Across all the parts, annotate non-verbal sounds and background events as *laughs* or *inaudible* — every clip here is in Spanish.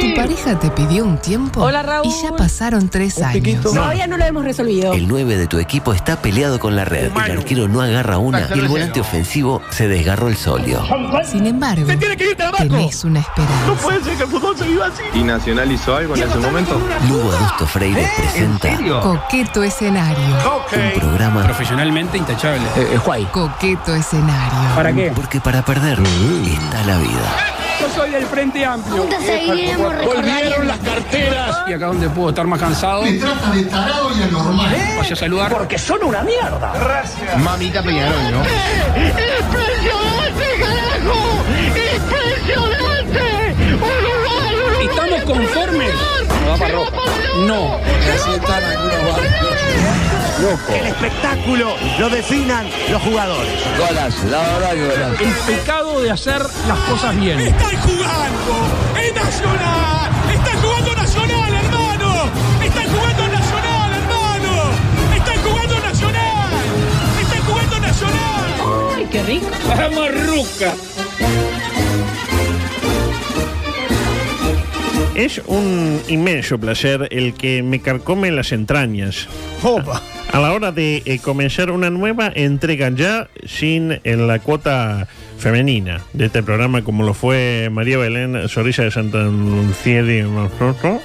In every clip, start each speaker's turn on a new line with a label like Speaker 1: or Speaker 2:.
Speaker 1: Tu pareja te pidió un tiempo
Speaker 2: Hola, Raúl.
Speaker 1: y ya pasaron tres años.
Speaker 2: Todavía no lo hemos resolvido.
Speaker 3: El 9 de tu equipo está peleado con la red, el arquero no agarra una y el volante ofensivo se desgarró el solio.
Speaker 1: Sin embargo, tenés una esperanza.
Speaker 4: ¿Y Nacional hizo algo en ese momento?
Speaker 3: Lugo Augusto Freire presenta
Speaker 1: Coqueto escenario.
Speaker 3: un programa
Speaker 5: Profesionalmente intachable.
Speaker 6: Eh,
Speaker 1: Coqueto escenario.
Speaker 5: ¿Para qué?
Speaker 3: porque para perder está la vida.
Speaker 5: Yo soy del Frente Amplio.
Speaker 7: Juntos seguiremos recordando.
Speaker 5: Y acá donde puedo estar más cansado. Me trata de tarado y anormal. Vaya a saludar. Porque
Speaker 4: Mamita Peñarol, ¿no?
Speaker 7: ¡Impresionante, carajo! ¡Impresionante!
Speaker 5: estamos conformes. No da para ropa. No.
Speaker 8: El espectáculo lo definan los jugadores.
Speaker 5: El pecado de hacer las cosas
Speaker 6: *laughs*
Speaker 5: bien.
Speaker 9: ¡Están jugando! ¡Es Nacional! ¡Están jugando Nacional, hermano! ¡Están jugando Nacional, hermano! ¡Están jugando Nacional! ¡Están jugando Nacional!
Speaker 2: Ay, qué rico.
Speaker 5: Vamos, Ruca.
Speaker 10: Es un inmenso placer el que me carcome las entrañas. A la hora de eh, comenzar una nueva entrega ya sin eh, la cuota femenina de este programa, como lo fue María Belén Sorrisa de Santa Lucía de Marroto,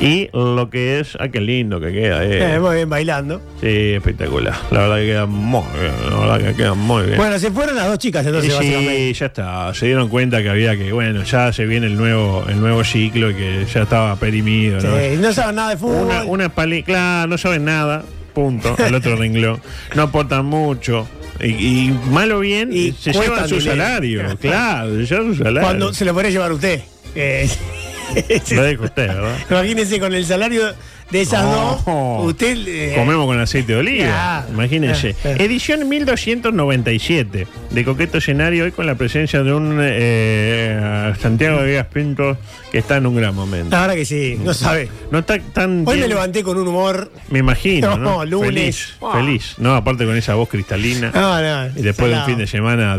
Speaker 10: y lo que es, ah, qué lindo que queda. eh.
Speaker 8: Eh, muy bien, bailando.
Speaker 10: Sí, espectacular. La verdad que queda muy bien. La verdad que queda muy bien.
Speaker 8: Bueno, se fueron las dos chicas entonces, básicamente.
Speaker 10: Sí, ya está. Se dieron cuenta que había que, bueno, ya se viene el nuevo, el nuevo ciclo y que ya estaba perimido. ¿no?
Speaker 8: Sí, no saben nada de fútbol.
Speaker 10: Una, una pali- claro, no saben nada, punto,
Speaker 8: *laughs*
Speaker 10: al otro renglón. No aportan mucho. Y, y mal o bien,
Speaker 8: Y
Speaker 10: se
Speaker 8: cuestan
Speaker 10: llevan su
Speaker 8: dinero.
Speaker 10: salario. claro, se llevan su salario.
Speaker 8: Cuando se lo podría llevar usted. Eh, *laughs*
Speaker 10: Lo dejo usted, ¿verdad?
Speaker 8: imagínense con el salario de esas
Speaker 10: No.
Speaker 8: dos. Usted. eh,
Speaker 10: Comemos con aceite de oliva.
Speaker 8: Claro.
Speaker 10: Imagínense.
Speaker 8: Claro.
Speaker 10: Edición 1297 de Coqueto Escenario, hoy con la presencia de un eh, Santiago Díaz Pinto que está en un gran momento.
Speaker 8: Ahora que sí, no sabe.
Speaker 10: No está tan.
Speaker 8: Hoy me
Speaker 10: bien,
Speaker 8: levanté con un humor.
Speaker 10: me imagino. No,
Speaker 8: No, lunes.
Speaker 10: Feliz,
Speaker 8: Ah.
Speaker 10: feliz. No, aparte con esa voz cristalina.
Speaker 8: No, no,
Speaker 10: y después de un
Speaker 8: salado.
Speaker 10: fin de semana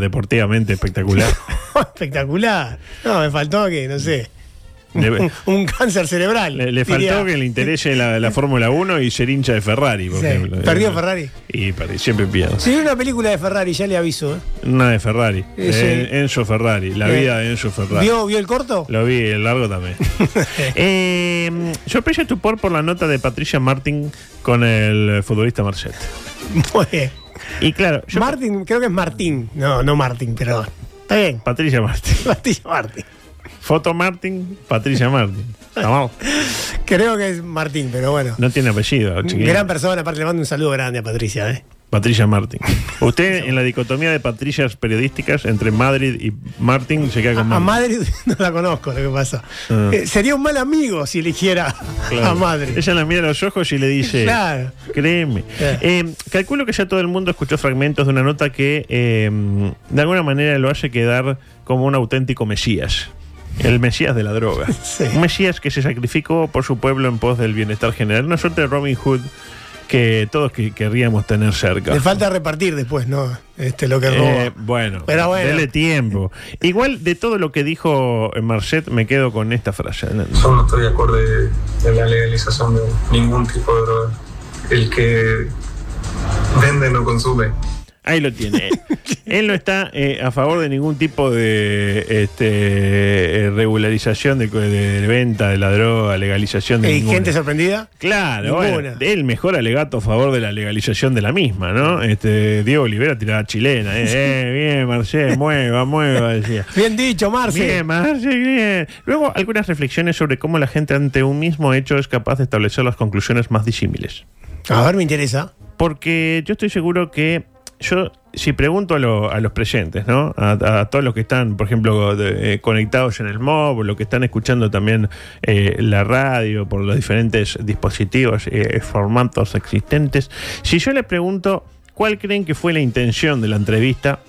Speaker 8: *laughs*
Speaker 10: deportivamente espectacular.
Speaker 8: Espectacular. No, me faltó que, no sé.
Speaker 10: Debe-
Speaker 8: Un cáncer cerebral.
Speaker 10: Le, le faltó
Speaker 8: diría.
Speaker 10: que le interese la, la Fórmula 1 y ser hincha de Ferrari, por
Speaker 8: Sí.
Speaker 10: ejemplo.
Speaker 8: ¿Perdió Ferrari?
Speaker 10: Y perdi- siempre pierde.
Speaker 8: Si viene una película de Ferrari, ya le aviso. ¿eh?
Speaker 10: Una de Ferrari.
Speaker 8: Eh,
Speaker 10: Eh,
Speaker 8: sí.
Speaker 10: Enzo Ferrari. La
Speaker 8: Eh,
Speaker 10: vida de Enzo Ferrari.
Speaker 8: ¿Vio, ¿Vio el corto?
Speaker 10: Lo vi, el largo también. eh, sorpresa y estupor por la nota de Patricia Martin con el futbolista Marcet.
Speaker 8: *laughs* Muy bien.
Speaker 10: Y claro, yo-
Speaker 8: Martín, creo que es Martín. No, no Martín, perdón. Está bien. *laughs*
Speaker 10: Patricia Martin. *laughs*
Speaker 8: Martín, Martín.
Speaker 10: Foto Martin, Patricia Martin.
Speaker 8: *laughs*
Speaker 10: Está mal.
Speaker 8: Creo que es Martín, pero bueno.
Speaker 10: No tiene apellido, chiquilín.
Speaker 8: Gran persona, aparte le mando un saludo grande a Patricia, ¿eh?
Speaker 10: Patricia Martin. Usted en la dicotomía de Patricias periodísticas entre Madrid y Martin se queda
Speaker 8: A,
Speaker 10: con
Speaker 8: a
Speaker 10: Martin.
Speaker 8: Madrid *laughs* no la conozco, lo que pasa.
Speaker 10: Ah.
Speaker 8: Eh, sería un mal amigo si eligiera *laughs*
Speaker 10: Claro.
Speaker 8: a Madrid.
Speaker 10: Ella la mira a los ojos y le dice,
Speaker 8: Claro.
Speaker 10: créeme.
Speaker 8: Claro.
Speaker 10: Eh, calculo que ya todo el mundo escuchó fragmentos de una nota que eh, de alguna manera lo hace quedar como un auténtico Mesías. El Mesías de la droga.
Speaker 8: *laughs* Sí.
Speaker 10: Un Mesías que se sacrificó por su pueblo en pos del bienestar general. Una suerte de Robin Hood que todos que- querríamos tener cerca.
Speaker 8: Le falta repartir después, ¿no? Este, lo que robó.
Speaker 10: Eh, bueno,
Speaker 8: Pero bueno. *laughs*
Speaker 10: dele tiempo. Igual de todo lo que dijo Marcet, me quedo con esta frase.
Speaker 9: Yo no estoy de acuerdo de, de la legalización de ningún tipo de droga. El que vende no consume.
Speaker 10: Ahí lo tiene.
Speaker 8: *laughs*
Speaker 10: Él no está eh, a favor de ningún tipo de este, eh, regularización de, co- de- de venta de la droga, legalización de
Speaker 8: Eh,
Speaker 10: ninguna.
Speaker 8: gente sorprendida?
Speaker 10: Claro, bueno,
Speaker 8: Ninguna.
Speaker 10: el mejor alegato a favor de la legalización de la misma, ¿no? Este, Diego Olivera tirada
Speaker 8: *laughs*
Speaker 10: chilena, eh, eh, bien, Marcet, mueva, mueva, decía.
Speaker 8: Bien dicho, Marce.
Speaker 10: Bien, Marce, bien. Luego, algunas reflexiones sobre cómo la gente ante un mismo hecho es capaz de establecer las conclusiones más disímiles.
Speaker 8: A ver, me interesa.
Speaker 10: Porque yo estoy seguro que yo, si pregunto a, lo- a los presentes, ¿no? A, a todos los que están, por ejemplo, de- eh, conectados en el mob, los que están escuchando también eh, la radio por los diferentes dispositivos, eh, formatos existentes, si yo les pregunto cuál creen que fue la intención de la entrevista,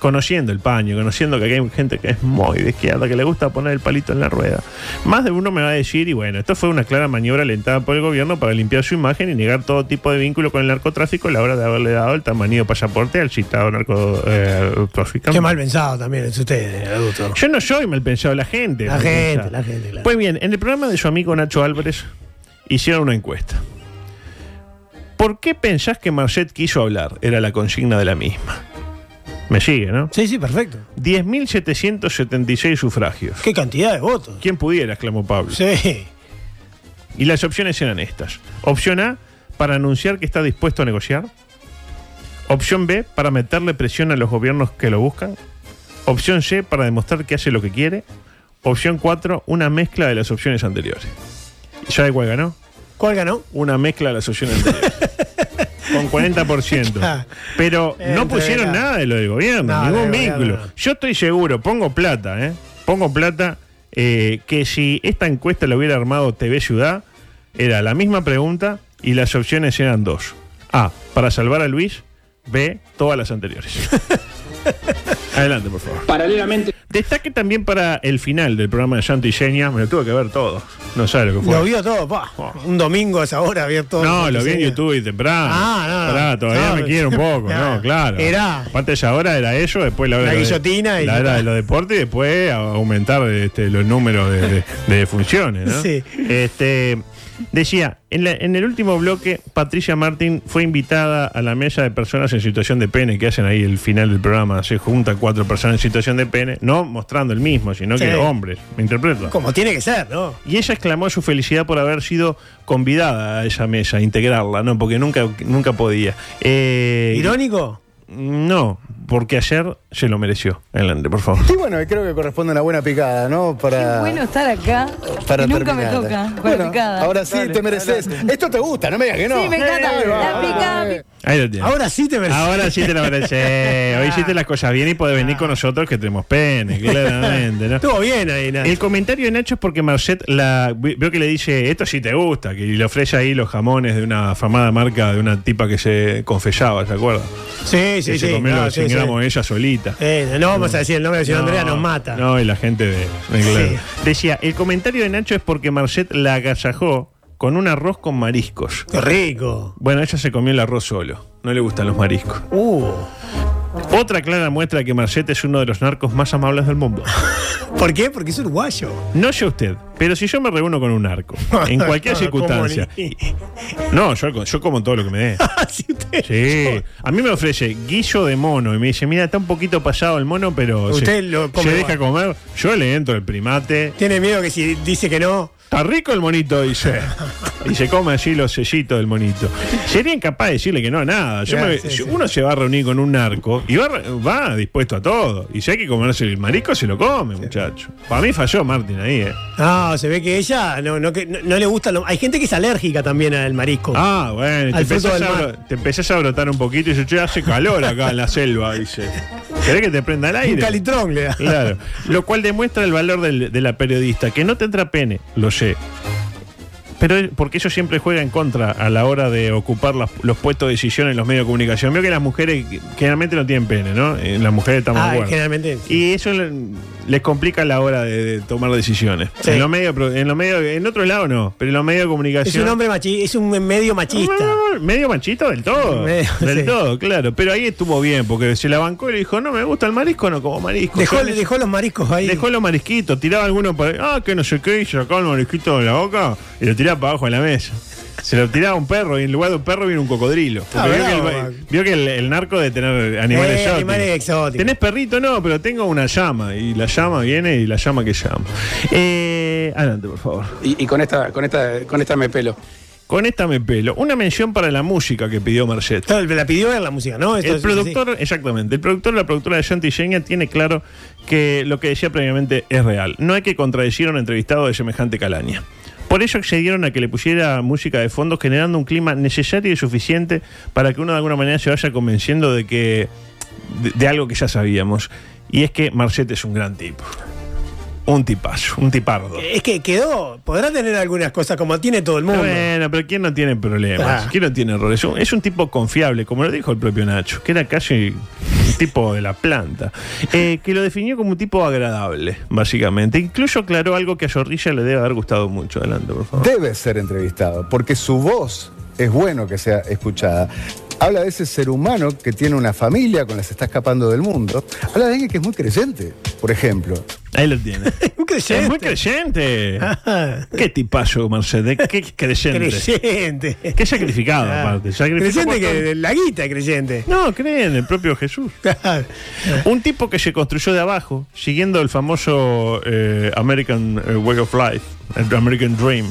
Speaker 10: conociendo el paño, conociendo que aquí hay gente que es muy de izquierda, que le gusta poner el palito en la rueda. Más de uno me va a decir, y bueno, esto fue una clara maniobra alentada por el gobierno para limpiar su imagen y negar todo tipo de vínculo con el narcotráfico a la hora de haberle dado el tamaño pasaporte al citado narcotráfico.
Speaker 8: Qué mal pensado también es usted, eh, adulto.
Speaker 10: Yo no soy mal pensado, la gente.
Speaker 8: La
Speaker 10: mal
Speaker 8: gente,
Speaker 10: pensada.
Speaker 8: la gente, claro.
Speaker 10: Pues bien, en el programa de su amigo Nacho Álvarez hicieron una encuesta. ¿Por qué pensás que Marcet quiso hablar? Era la consigna de la misma. Me sigue, ¿no?
Speaker 8: Sí, sí, perfecto.
Speaker 10: 10.776 sufragios.
Speaker 8: Qué cantidad de votos.
Speaker 10: ¿Quién pudiera? exclamó Pablo.
Speaker 8: Sí.
Speaker 10: Y las opciones eran estas. Opción A, para anunciar que está dispuesto a negociar. Opción B, para meterle presión a los gobiernos que lo buscan. Opción C, para demostrar que hace lo que quiere. Opción 4, una mezcla de las opciones anteriores. ¿Sabe cuál ganó?
Speaker 8: ¿Cuál ganó?
Speaker 10: Una mezcla de las
Speaker 8: *laughs*
Speaker 10: opciones anteriores. Con 40%. Pero no
Speaker 8: Entreverado.
Speaker 10: pusieron nada de lo del gobierno,
Speaker 8: No, del
Speaker 10: ningún
Speaker 8: gobierno,
Speaker 10: vínculo.
Speaker 8: no.
Speaker 10: Yo estoy seguro, pongo plata, ¿eh? Pongo plata eh, que si esta encuesta la hubiera armado TV Ciudad, era la misma pregunta y las opciones eran dos. A, para salvar a Luis. B, todas
Speaker 8: *laughs*
Speaker 10: las anteriores. Adelante, por favor.
Speaker 5: Paralelamente,
Speaker 10: Destaque también para el final del programa de Santo y Seña. Me lo tuve que ver todo. No sabe lo que fue.
Speaker 8: Lo vio todo, pa. Un domingo a esa hora vio todo.
Speaker 10: No, lo vi en YouTube y temprano.
Speaker 8: Ah, no, no.
Speaker 10: Pará, todavía
Speaker 8: No,
Speaker 10: me
Speaker 8: pero-
Speaker 10: quiero
Speaker 8: *laughs*
Speaker 10: un poco,
Speaker 8: Claro.
Speaker 10: no, claro.
Speaker 8: Era.
Speaker 10: Aparte esa hora era eso, después la
Speaker 8: La
Speaker 10: hora de lo de-
Speaker 8: guillotina y-
Speaker 10: la hora de los deportes y después a- aumentar este, los números de, de- de funciones, ¿no?
Speaker 8: Sí.
Speaker 10: Este, decía, en, la- en el último bloque, Patricia Martín fue invitada a la mesa de personas en situación de pene, que hacen ahí el final del programa, se juntan cuatro personas en situación de pene, no mostrando el mismo, sino que
Speaker 8: Sí.
Speaker 10: hombres, me interpreto.
Speaker 8: Como tiene que ser, ¿no?
Speaker 10: Y ella exclamó su felicidad por haber sido convidada a esa mesa, a integrarla, ¿no? Porque nunca, nunca podía. Eh,
Speaker 8: ¿Irónico?
Speaker 10: No, porque ayer se lo mereció. Adelante, por favor.
Speaker 11: Y bueno, creo que corresponde una buena picada, ¿no? Para,
Speaker 2: Qué bueno estar acá.
Speaker 11: Ah, para
Speaker 2: y nunca me
Speaker 11: terminarla.
Speaker 2: toca con
Speaker 11: Bueno,
Speaker 2: la picada.
Speaker 11: ahora sí te mereces. Esto te gusta, no me digas que no.
Speaker 2: Sí, me encanta.
Speaker 11: Eh,
Speaker 2: la
Speaker 11: va.
Speaker 2: picada.
Speaker 10: Ahí lo tiene.
Speaker 8: Ahora sí te mereces.
Speaker 10: Ahora sí te lo
Speaker 8: *laughs*
Speaker 10: mereces. Hoy hiciste las cosas bien y podés venir con nosotros que tenemos pene, claramente, ¿no?
Speaker 8: Estuvo bien ahí, Nacho.
Speaker 10: El comentario de Nacho es porque Marcet la, vi- veo que le dice, esto sí te gusta, que le ofrece ahí los jamones de una famada marca de una tipa que se confesaba, ¿se acuerda?
Speaker 8: Sí,
Speaker 10: que
Speaker 8: sí,
Speaker 10: se
Speaker 8: sí.
Speaker 10: comió
Speaker 8: no,
Speaker 10: los
Speaker 8: sí,
Speaker 10: 100
Speaker 8: sí.
Speaker 10: gramos ella solita.
Speaker 8: Eh, no vamos a decir el nombre de señor Andrea, nos mata.
Speaker 10: No, y la gente de, de
Speaker 8: Sí.
Speaker 10: Claro. Decía, el comentario de Nacho es porque Marcet la agasajó con un arroz con mariscos.
Speaker 8: Qué rico.
Speaker 10: Bueno, ella se comió el arroz solo. No le gustan los mariscos.
Speaker 8: Uh.
Speaker 10: Otra clara muestra de que Marcet es uno de los narcos más amables del mundo.
Speaker 8: ¿Por qué? Porque es uruguayo.
Speaker 10: No sé usted, pero si yo me reúno con un narco, *laughs* en cualquier
Speaker 8: No,
Speaker 10: circunstancia.
Speaker 8: *laughs* como ni- *laughs*
Speaker 10: No, yo, yo como todo lo que me dé.
Speaker 8: Así Ah, usted.
Speaker 10: Sí. A mí me ofrece guiso de mono y me dice, mira, está un poquito pasado el mono, pero
Speaker 8: Usted
Speaker 10: se,
Speaker 8: lo come
Speaker 10: se
Speaker 8: igual.
Speaker 10: deja comer. Yo le entro el primate.
Speaker 8: Tiene miedo que si dice que no.
Speaker 10: Está rico el monito, dice. Y se come allí los sellitos del monito. Sería incapaz de decirle que no a nada. Yo
Speaker 8: Claro,
Speaker 10: me-
Speaker 8: sí,
Speaker 10: yo-
Speaker 8: sí.
Speaker 10: Uno se va a reunir con un narco y va, va dispuesto a todo. Y si hay que comerse el marisco, se lo come, muchacho. Para mí falló Martín ahí, ¿eh?
Speaker 8: No, se ve que ella no, no, que, no, no le gusta. lo- Hay gente que es alérgica también al marisco.
Speaker 10: Ah, bueno, te
Speaker 8: Al fruto
Speaker 10: empezás,
Speaker 8: del
Speaker 10: a,
Speaker 8: mar.
Speaker 10: bro- te empezás a brotar un poquito y dices, che, hace calor acá en la selva, dice. ¿Querés que te prenda el aire?
Speaker 8: Un calitrón le da.
Speaker 10: Claro. Lo cual demuestra el valor del- de la periodista, que no tendrá pene, lo sé. Pero es- porque eso siempre juega en contra a la hora de ocupar las- los puestos de decisión en los medios de comunicación. Veo que las mujeres generalmente no tienen pene, ¿no? Eh, Las mujeres estamos
Speaker 8: *laughs*
Speaker 10: de
Speaker 8: Ah,
Speaker 10: acuerdo.
Speaker 8: generalmente.
Speaker 10: Y eso le- les complica a la hora de, de tomar decisiones.
Speaker 8: Sí.
Speaker 10: En los medios, pro- en los medios, en otro lado no, pero en los medios de
Speaker 8: Es
Speaker 10: comunicación.
Speaker 8: un hombre machista, es un medio machista.
Speaker 10: No, medio machito del
Speaker 8: *laughs*
Speaker 10: todo.
Speaker 8: Medio,
Speaker 10: del
Speaker 8: sí.
Speaker 10: todo, claro. Pero ahí estuvo bien, porque se la bancó y le dijo, no me gusta el marisco, no como marisco.
Speaker 8: Dejó,
Speaker 10: Yo le-
Speaker 8: dejó los mariscos ahí.
Speaker 10: dejó los marisquitos, tiraba alguno para ah, que no sé qué, y sacaba el marisquito de la boca y lo tiraba para abajo de la mesa. Se lo tiraba a un perro y en lugar de un perro viene un cocodrilo. Porque
Speaker 8: Ah,
Speaker 10: vio, que el,
Speaker 8: bravo.
Speaker 10: vio que el- el narco de tener animales
Speaker 8: Eh,
Speaker 10: exóticos.
Speaker 8: animales exóticos.
Speaker 10: ¿Tenés perrito? No, pero tengo una llama. Y la llama viene y la llama que llama. Eh, adelante, por favor.
Speaker 5: y, y con esta, con esta, con esta me pelo.
Speaker 10: Con esta me pelo. Una mención para la música que pidió Marcet.
Speaker 8: Claro, La pidió en la música, ¿no? Esto
Speaker 10: El
Speaker 8: es-
Speaker 10: productor, exactamente, el productor o la productora de Shanti Sheña tiene claro que lo que decía previamente es real. No hay que contradecir a un entrevistado de semejante calaña. Por ello accedieron a que le pusiera música de fondo, generando un clima necesario y suficiente para que uno de alguna manera se vaya convenciendo de que. de, de algo que ya sabíamos. Y es que Marcet es un gran tipo. Un tipazo, un tipardo.
Speaker 8: sí. Es que quedó. Podrá tener algunas cosas como tiene todo el mundo. *laughs*
Speaker 10: Bueno, pero ¿quién no tiene problemas?
Speaker 8: Ah.
Speaker 10: ¿Quién no tiene errores? Es un- Es un tipo confiable, como lo dijo el propio Nacho, que era casi tipo de la planta, eh, que lo definió como un tipo agradable, básicamente. Incluso aclaró algo que a Zorrilla le debe haber gustado mucho. Adelante, por favor.
Speaker 11: Debe ser entrevistado, porque su voz es bueno que sea escuchada. Habla de ese ser humano que tiene una familia con la que se está escapando del mundo. Habla de alguien que es muy creyente, por ejemplo.
Speaker 10: Ahí lo tiene.
Speaker 8: un creyente. Ah,
Speaker 10: *laughs* Es muy creyente. Qué tipazo, Mercedes. Qué *laughs* creyente. Ah.
Speaker 8: Creyente. Ah.
Speaker 10: Qué sacrificado, aparte. Sacrificó
Speaker 8: Creyente
Speaker 10: por
Speaker 8: que de la guita, creyente. *laughs*
Speaker 10: No, cree en el propio Jesús. Un tipo que se construyó de abajo, siguiendo el famoso eh, American eh, Way of Life, el American Dream.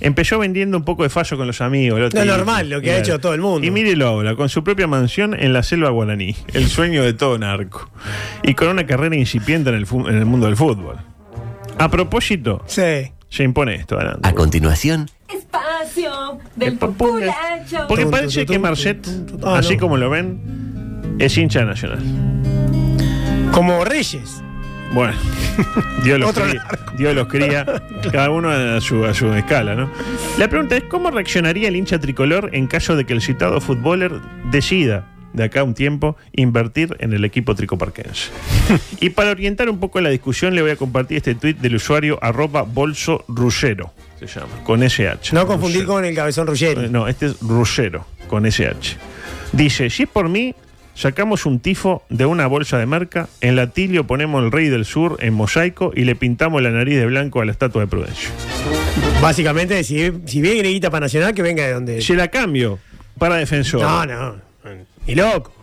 Speaker 10: Empezó vendiendo un poco de fallo con los amigos.
Speaker 8: Lo normal, lo que ha hecho todo el mundo.
Speaker 10: Y mírelo ahora, con su propia mansión en la selva guaraní, el sueño de todo narco. Y con una carrera incipiente en el, fu- en el mundo del fútbol. A propósito,
Speaker 8: Sí.
Speaker 10: se impone esto, adelante.
Speaker 3: A continuación,
Speaker 12: Espacio del populacho.
Speaker 10: Porque parece que Marcet,
Speaker 8: Ah,
Speaker 10: así como lo ven, es hincha de nacional.
Speaker 8: Como Reyes.
Speaker 10: Bueno, *laughs* Dios los,
Speaker 8: Otro
Speaker 10: cría, Dios los cría, cada uno a su, a su escala, ¿no? La pregunta es, ¿cómo reaccionaría el hincha tricolor en caso de que el citado futboler decida, de acá a un tiempo, invertir en el equipo *laughs* tricoparquense? y para orientar un poco la discusión, le voy a compartir este tuit del usuario arroba bolso rullero, se llama, con SH.
Speaker 8: No confundir
Speaker 10: Ruggero.
Speaker 8: con el cabezón Ruggeri.
Speaker 10: No, este es rullero, con SH. Dice, si es por mí... Sacamos un tifo de una bolsa de marca, en latilio ponemos el rey del sur en mosaico y le pintamos la nariz de blanco a la estatua de Prudencio.
Speaker 8: Básicamente, si, si viene guita para Nacional, que venga de donde.
Speaker 10: Se la cambio para defensor.
Speaker 8: No, no. Y loco.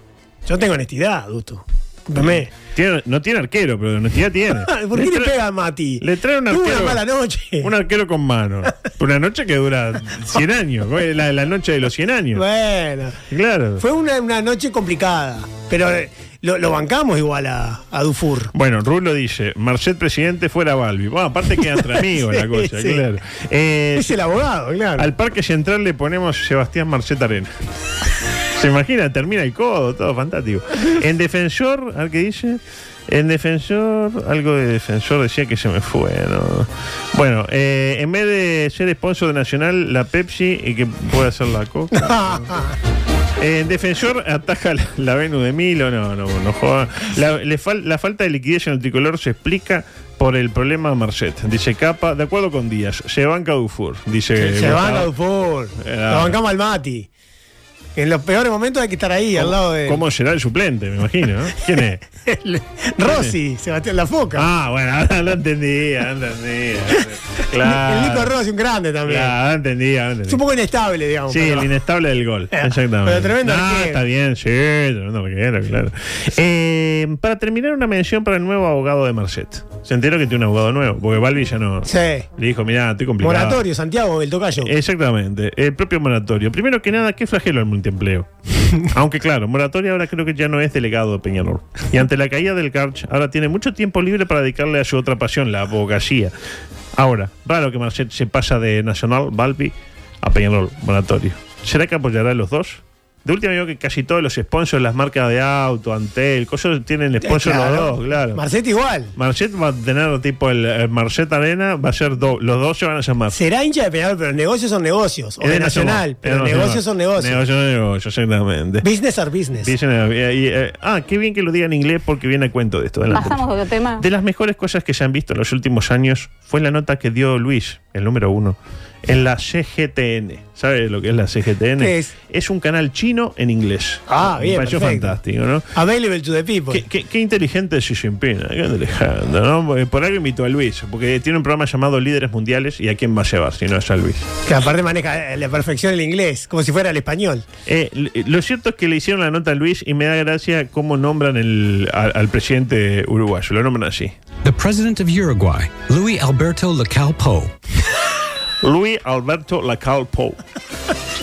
Speaker 8: Yo tengo honestidad, Dusto. Discúlpame.
Speaker 10: Tiene- no tiene arquero, pero honestidad tiene.
Speaker 8: *laughs* ¿Por qué le
Speaker 10: tra-
Speaker 8: pega a Mati?
Speaker 10: Le trae un
Speaker 8: Tuvo
Speaker 10: arquero.
Speaker 8: una mala noche. *laughs*
Speaker 10: Un arquero con mano. Una noche que dura 100 años. güey, La, la noche de los 100 años.
Speaker 8: Bueno.
Speaker 10: Claro.
Speaker 8: Fue una, una noche complicada. Pero eh, lo, lo bancamos igual a, a Dufour.
Speaker 10: Bueno, Rulo dice, Marcet presidente fuera Balbi. Bueno, aparte
Speaker 8: *laughs*
Speaker 10: queda entre amigos la
Speaker 8: Sí,
Speaker 10: cosa,
Speaker 8: sí.
Speaker 10: claro. Eh,
Speaker 8: Es el abogado, claro. *laughs*
Speaker 10: Al Parque Central le ponemos Sebastián Marcet Arena. *laughs* Se imagina, termina el codo, todo fantástico. En defensor, al que dice. En defensor, algo de defensor decía que se me fue, ¿no? Bueno, eh, en vez de ser sponsor de Nacional, la Pepsi y que puede hacer
Speaker 8: *laughs*
Speaker 10: la Coca. Eh, En defensor ataja la, la Venus de Milo, no, no, no joda. La, le fal- la falta de liquidez en el tricolor se explica por el problema de Marcet. Dice Capa, de acuerdo con Díaz, se banca Dufour, dice.
Speaker 8: Se
Speaker 10: Gustavo.
Speaker 8: banca Dufour.
Speaker 10: Era-
Speaker 8: Lo bancamos al Mati. En los peores momentos hay que estar ahí, al lado de. *laughs*
Speaker 10: ¿Cómo será el suplente? Me imagino, ¿no? ¿Quién es?
Speaker 8: Rossi, Sebastián La Foca.
Speaker 10: Ah, bueno, ahora lo entendía, ahora entendía. Claro.
Speaker 8: El Nico Rossi, un grande también.
Speaker 10: Claro, ahora entendía, ahora
Speaker 8: Es un
Speaker 10: entendía.
Speaker 8: poco inestable, digamos.
Speaker 10: Sí,
Speaker 8: pero-
Speaker 10: el inestable
Speaker 8: *laughs*
Speaker 10: del gol.
Speaker 8: Eh,
Speaker 10: Exactamente.
Speaker 8: pero tremendo
Speaker 10: Ah,
Speaker 8: arquero.
Speaker 10: está bien, sí, tremendo arquero, claro. Eh, para terminar, una mención para el nuevo abogado de Marcet. Se enteró que tiene un abogado nuevo, porque Balbi ya no.
Speaker 8: Sí.
Speaker 10: Le dijo, mirá, estoy complicado.
Speaker 8: Moratorio, Santiago, el tocayo.
Speaker 10: Exactamente, el propio moratorio. Primero que nada, qué flagelo al multiempleo. Aunque claro, moratorio ahora creo que ya no es delegado de Peñarol. Y ante la caída del Carch, ahora tiene mucho tiempo libre para dedicarle a su otra pasión, la abogacía. Ahora, raro que Marcet se pasa de Nacional, Balbi, a Peñarol, moratorio. ¿Será que apoyará a los dos? De última veo que casi todos los sponsors, las marcas de auto, Antel, cosas
Speaker 8: Eh,
Speaker 10: tienen sponsor los dos, claro.
Speaker 8: Marcetti igual.
Speaker 10: Marcet va a tener tipo el, el Marcet Arena, va a ser dos, los dos se van a llamar.
Speaker 8: Será hincha de Peñarol, pero negocios son negocios. O
Speaker 10: Es
Speaker 8: de Nacional,
Speaker 10: Nacional,
Speaker 8: pero
Speaker 10: es de
Speaker 8: negocios son
Speaker 10: Nacional.
Speaker 8: negocios.
Speaker 10: Negocios son negocios, exactamente.
Speaker 8: *laughs* Business are business.
Speaker 10: Dicen, eh, y, eh, ah, qué bien que lo diga en inglés porque viene a cuento de esto. adelante.
Speaker 12: Pasamos a otro tema.
Speaker 10: De las mejores cosas que se han visto en los últimos años fue la nota que dio Luis, el número uno, en la CGTN. ¿Sabe lo que es la CGTN?
Speaker 8: ¿Qué es?
Speaker 10: un canal chino en inglés.
Speaker 8: Ah,
Speaker 10: Me
Speaker 8: bien,
Speaker 10: pareció
Speaker 8: perfecto.
Speaker 10: fantástico, ¿no?
Speaker 8: Available to the people.
Speaker 10: Qué, qué- qué inteligente es Xi Jinping, ¿eh? Qué inteligente, ¿no? Eh, Por algo invitó a Luis, porque tiene un programa llamado Líderes Mundiales y a quién va a llevar si no es a Luis.
Speaker 8: Que aparte maneja a la perfección el inglés, como si fuera el español.
Speaker 10: Eh, l- lo cierto es que le hicieron la nota a Luis y me da gracia cómo nombran el, al, al presidente uruguayo. Lo nombran así.
Speaker 2: The president of Uruguay, Louis Alberto Lacal Poe.
Speaker 10: Luis Alberto Lacal Pou.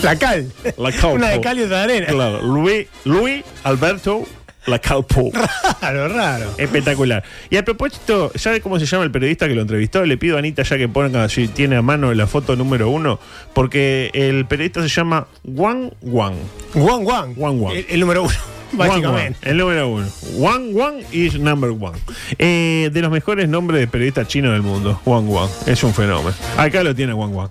Speaker 8: La cal.
Speaker 10: Lacal
Speaker 8: Una de
Speaker 10: Pou.
Speaker 8: cal y otra de arena.
Speaker 10: Claro, Luis, Luis Alberto Lacal Pou.
Speaker 8: *laughs* Raro, raro.
Speaker 10: Espectacular. Y a propósito, ¿sabe cómo se llama el periodista que lo entrevistó? Le pido a Anita ya que ponga si tiene a mano la foto número uno, porque el periodista se llama Wang Wang.
Speaker 8: Juan Juan.
Speaker 10: Wang Wang.
Speaker 8: El, el número uno, básicamente.
Speaker 10: Wang Wang, el número uno. Wang Wang is number one. Eh, de los mejores nombres de periodista chino del mundo. Wang Wang. Es un fenómeno. Acá lo tiene Wang Wang.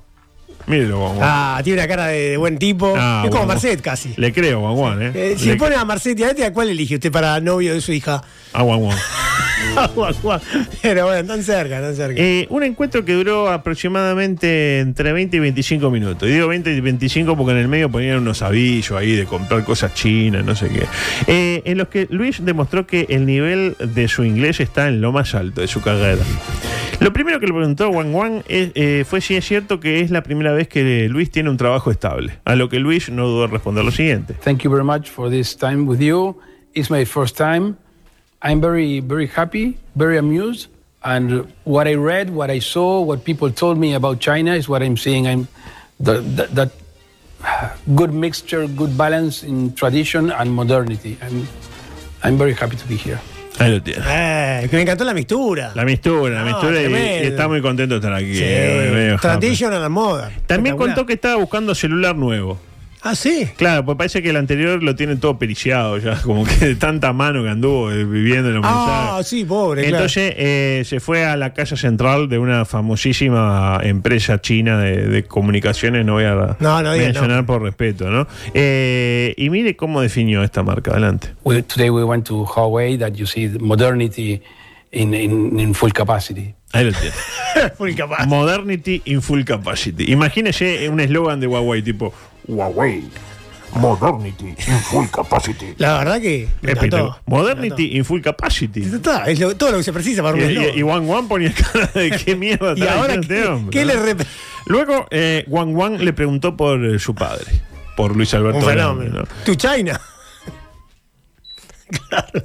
Speaker 10: Mírelo, Juan Juan.
Speaker 8: Ah, tiene una cara de, de buen tipo.
Speaker 10: Ah,
Speaker 8: es como
Speaker 10: Juan
Speaker 8: Marcet
Speaker 10: Juan.
Speaker 8: casi.
Speaker 10: Le creo, Juan Juan, ¿eh?
Speaker 8: Eh, si
Speaker 10: Le-
Speaker 8: le pone a Marcet y a este, ¿a cuál elige usted para novio de su hija? *laughs*
Speaker 10: A Ah, Juan Juan.
Speaker 8: A Juan Juan. Pero bueno, tan cerca, tan cerca.
Speaker 10: Eh, un encuentro que duró aproximadamente entre 20 y 25 minutos. Y digo 20 y 25 porque en el medio ponían unos avillos ahí de comprar cosas chinas, no sé qué. Eh, en los que Luis demostró que el nivel de su inglés está en lo más alto de su carrera. Lo primero que le preguntó Wang Wang es, eh, fue si es cierto que es la primera vez que Luis tiene un trabajo estable. A lo que Luis no dudó en responder lo siguiente.
Speaker 5: Thank you very much for this time with you. It's my first time. I'm very, very happy, very amused. And what I read, what I saw, what people told me about China is what I'm seeing. I'm that, that, that good mixture, good balance in tradition and modernity. I'm, I'm very happy to be here.
Speaker 10: Ahí lo tiene.
Speaker 8: Eh, que me encantó la mixtura.
Speaker 10: La mistura,
Speaker 8: No,
Speaker 10: la mistura y- y,
Speaker 8: tremendo.
Speaker 10: está muy contento de estar aquí.
Speaker 8: Sí.
Speaker 10: eh, veo, Japa.
Speaker 8: Tradition a la moda.
Speaker 10: También
Speaker 8: Espectacular.
Speaker 10: contó que estaba buscando celular nuevo.
Speaker 8: Ah, sí.
Speaker 10: Claro, pues parece que el anterior lo tienen todo periciado ya, *laughs* como que de tanta mano que anduvo eh, viviendo en los
Speaker 8: Ah,
Speaker 10: mensajes.
Speaker 8: sí, pobre. claro.
Speaker 10: Entonces eh, se fue a la casa central de una famosísima empresa china de, de comunicaciones, no voy a
Speaker 8: No, no diga el
Speaker 10: mencionar por respeto, ¿no? Eh, y mire cómo definió esta marca, adelante.
Speaker 5: We, today we went to Huawei that you see the modernity in, in, in full capacity.
Speaker 10: Ahí lo tiene.
Speaker 8: *laughs* Full capaz.
Speaker 10: Modernity in full capacity. Imagínese un eslogan de Huawei tipo Huawei. Modernity in full capacity.
Speaker 8: La verdad que me encantó.
Speaker 10: Espectacular. Modernity in full capacity.
Speaker 8: Está, es lo- todo lo que se precisa para un
Speaker 10: Y, y,
Speaker 8: eslogan.
Speaker 10: y Wang Wang ponía cara de qué mierda
Speaker 8: *laughs* Y
Speaker 10: está
Speaker 8: ahora,
Speaker 10: diciendo
Speaker 8: ¿qué-
Speaker 10: este hombre,
Speaker 8: qué
Speaker 10: ¿no?
Speaker 8: le rep-
Speaker 10: Luego, eh, Wang Wang le preguntó por eh, su padre, por Luis Alberto.
Speaker 8: Un
Speaker 10: Grande,
Speaker 8: fenómeno. Tu China. *laughs*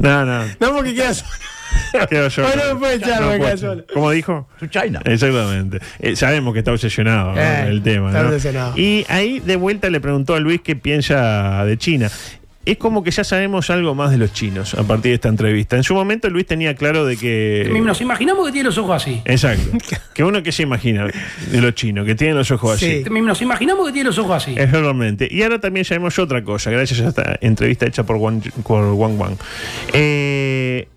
Speaker 10: No, no. no.
Speaker 8: No, porque quedas. *laughs*
Speaker 10: quedó yo.
Speaker 8: Bueno, me puede echar,
Speaker 10: No
Speaker 8: me
Speaker 10: puede
Speaker 8: quedo
Speaker 10: ser.
Speaker 8: solo.
Speaker 10: ¿Cómo dijo? Tu China. Exactamente. Eh, sabemos que está obsesionado ¿no?
Speaker 8: Eh,
Speaker 10: el tema.
Speaker 8: está
Speaker 10: ¿no?
Speaker 8: obsesionado.
Speaker 10: Y ahí de vuelta le preguntó a Luis qué piensa de China. Es como que ya sabemos algo más de los chinos a partir de esta entrevista. En su momento Luis tenía claro de que...
Speaker 5: Nos imaginamos que tiene los ojos así.
Speaker 8: *laughs*
Speaker 10: Exacto. que uno que se imagina de los chinos, que tienen los ojos así.
Speaker 5: Nos imaginamos que tiene los ojos así.
Speaker 10: Exactamente. Y ahora también sabemos otra cosa, gracias a esta entrevista hecha por Wang por Wang. Wang. Eh,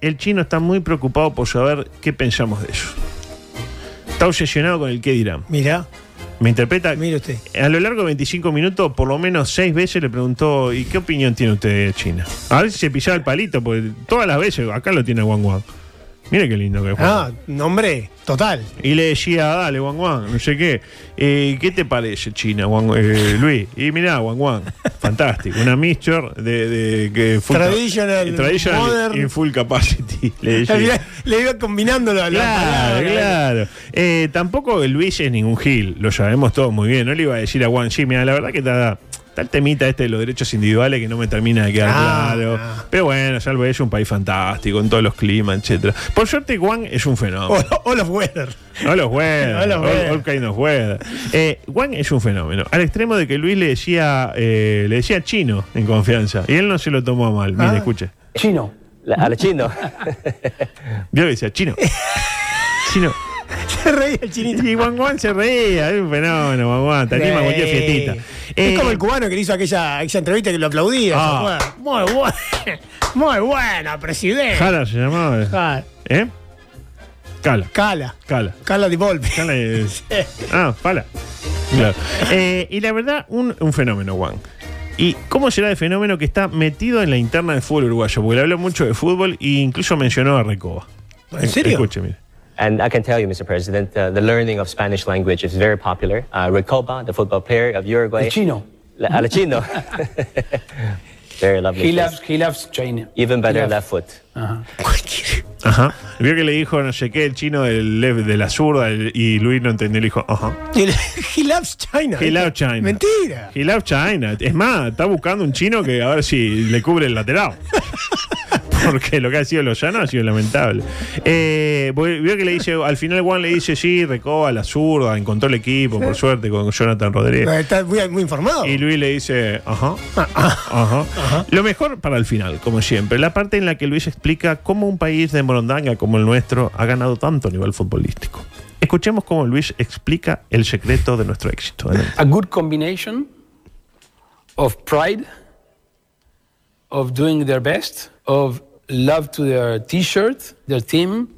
Speaker 10: el chino está muy preocupado por saber qué pensamos de eso. Está obsesionado con el qué dirán.
Speaker 8: Mirá,
Speaker 10: ¿Me interpreta?
Speaker 8: mire usted.
Speaker 10: A lo largo de 25 minutos, por lo menos seis veces le preguntó, ¿y qué opinión tiene usted de China? A ver si se pisaba el palito, porque todas las veces, acá lo tiene Wang Wang. Mire qué lindo que es. Wang Wang.
Speaker 8: Ah, nombre total.
Speaker 10: Y le decía, dale, Juan Juan, no sé qué. Eh, ¿Qué te parece, China, Juan- eh, Luis? Y mirá, Juan Juan, fantástico. Una mixture de, de- que full-
Speaker 8: Traditional,
Speaker 10: traditional
Speaker 8: modern.
Speaker 10: in full capacity. Le
Speaker 8: *laughs* Al final
Speaker 10: decía.
Speaker 8: Le iba combinándolo a la
Speaker 10: Claro,
Speaker 8: palabra.
Speaker 10: claro. Eh, tampoco el Luis es ningún gil, lo sabemos todos muy bien. No le iba a decir a Juan, sí, mira, la verdad que está, está el temita este de los derechos individuales que no me termina de quedar
Speaker 8: Ah,
Speaker 10: claro.
Speaker 8: ah.
Speaker 10: Pero bueno, salvo es un país fantástico en todos los climas, etcétera. Por suerte, Juan es un fenómeno.
Speaker 8: O- All of Weather.
Speaker 10: No los weather.
Speaker 8: *laughs* No los
Speaker 10: all-
Speaker 8: weather.
Speaker 10: all kind of weather. Eh, Wang es un fenómeno. Al extremo de que Luis le decía, eh, le decía chino en confianza. Y él no se lo tomó a mal.
Speaker 8: Ah.
Speaker 10: Mire, escuche.
Speaker 5: Chino.
Speaker 13: al chino.
Speaker 10: Vio que
Speaker 8: *laughs*
Speaker 10: decía chino. chino.
Speaker 8: *laughs* Se reía el chinito.
Speaker 10: Y Wang Wang se reía. Es un fenómeno, Wang Wang. Te anima a cualquier
Speaker 8: Sí.
Speaker 10: fiestita. Eh,
Speaker 8: Es como el cubano que le hizo aquella, aquella entrevista que lo aplaudía.
Speaker 10: Ah.
Speaker 8: ¿se acuerda? Muy buena. *laughs* Muy buena, presidente.
Speaker 10: Jara se llamaba.
Speaker 8: Ah,
Speaker 10: ¿Eh? Cala.
Speaker 8: Cala.
Speaker 10: Cala.
Speaker 8: Cala Di Volpe.
Speaker 10: *laughs*
Speaker 8: *laughs*
Speaker 10: Cala es- Ah, pala. Claro. Eh, y la verdad, un, un fenómeno, Juan. ¿Y cómo será el fenómeno que está metido en la interna del fútbol uruguayo? Porque le habló mucho de fútbol e incluso mencionó a Recoba.
Speaker 8: ¿En serio?
Speaker 10: Escuche, mire.
Speaker 13: And I can tell you, Mr. President, uh, the learning of Spanish language is very popular. Uh, Recoba, the football player of Uruguay.
Speaker 5: Chino.
Speaker 13: La- Al
Speaker 5: *laughs*
Speaker 13: chino. very lovely.
Speaker 5: He
Speaker 13: place.
Speaker 5: loves, he loves China.
Speaker 13: Even better
Speaker 5: he loves- Uh-huh.
Speaker 13: left foot.
Speaker 10: Ajá. Vio que le dijo no sé qué el chino del, lef- de la zurda el- y Luis no entendió. Le dijo, ajá.
Speaker 8: Y el- *laughs* He loves China.
Speaker 10: He love China.
Speaker 8: Mentira.
Speaker 10: He love China. Es más, está buscando un chino que a ver si le cubre el lateral. Porque lo que ha sido Lozano ha sido lamentable. Eh, voy- vio que le dice, al final Juan le dice, sí, recoba la zurda, encontró el equipo, por suerte, con Jonathan
Speaker 8: No,
Speaker 10: Rodríguez.
Speaker 8: Está muy, muy informado.
Speaker 10: Y Luis le dice, ajá, ajá. Lo mejor para el final, como siempre, la parte en la que Luis explica cómo un país de morondanga como el nuestro ha ganado tanto a nivel futbolístico. Escuchemos cómo Luis explica el secreto de nuestro éxito. Adelante.
Speaker 5: a good combination of pride, of doing their best, of love to their T-shirt, their team.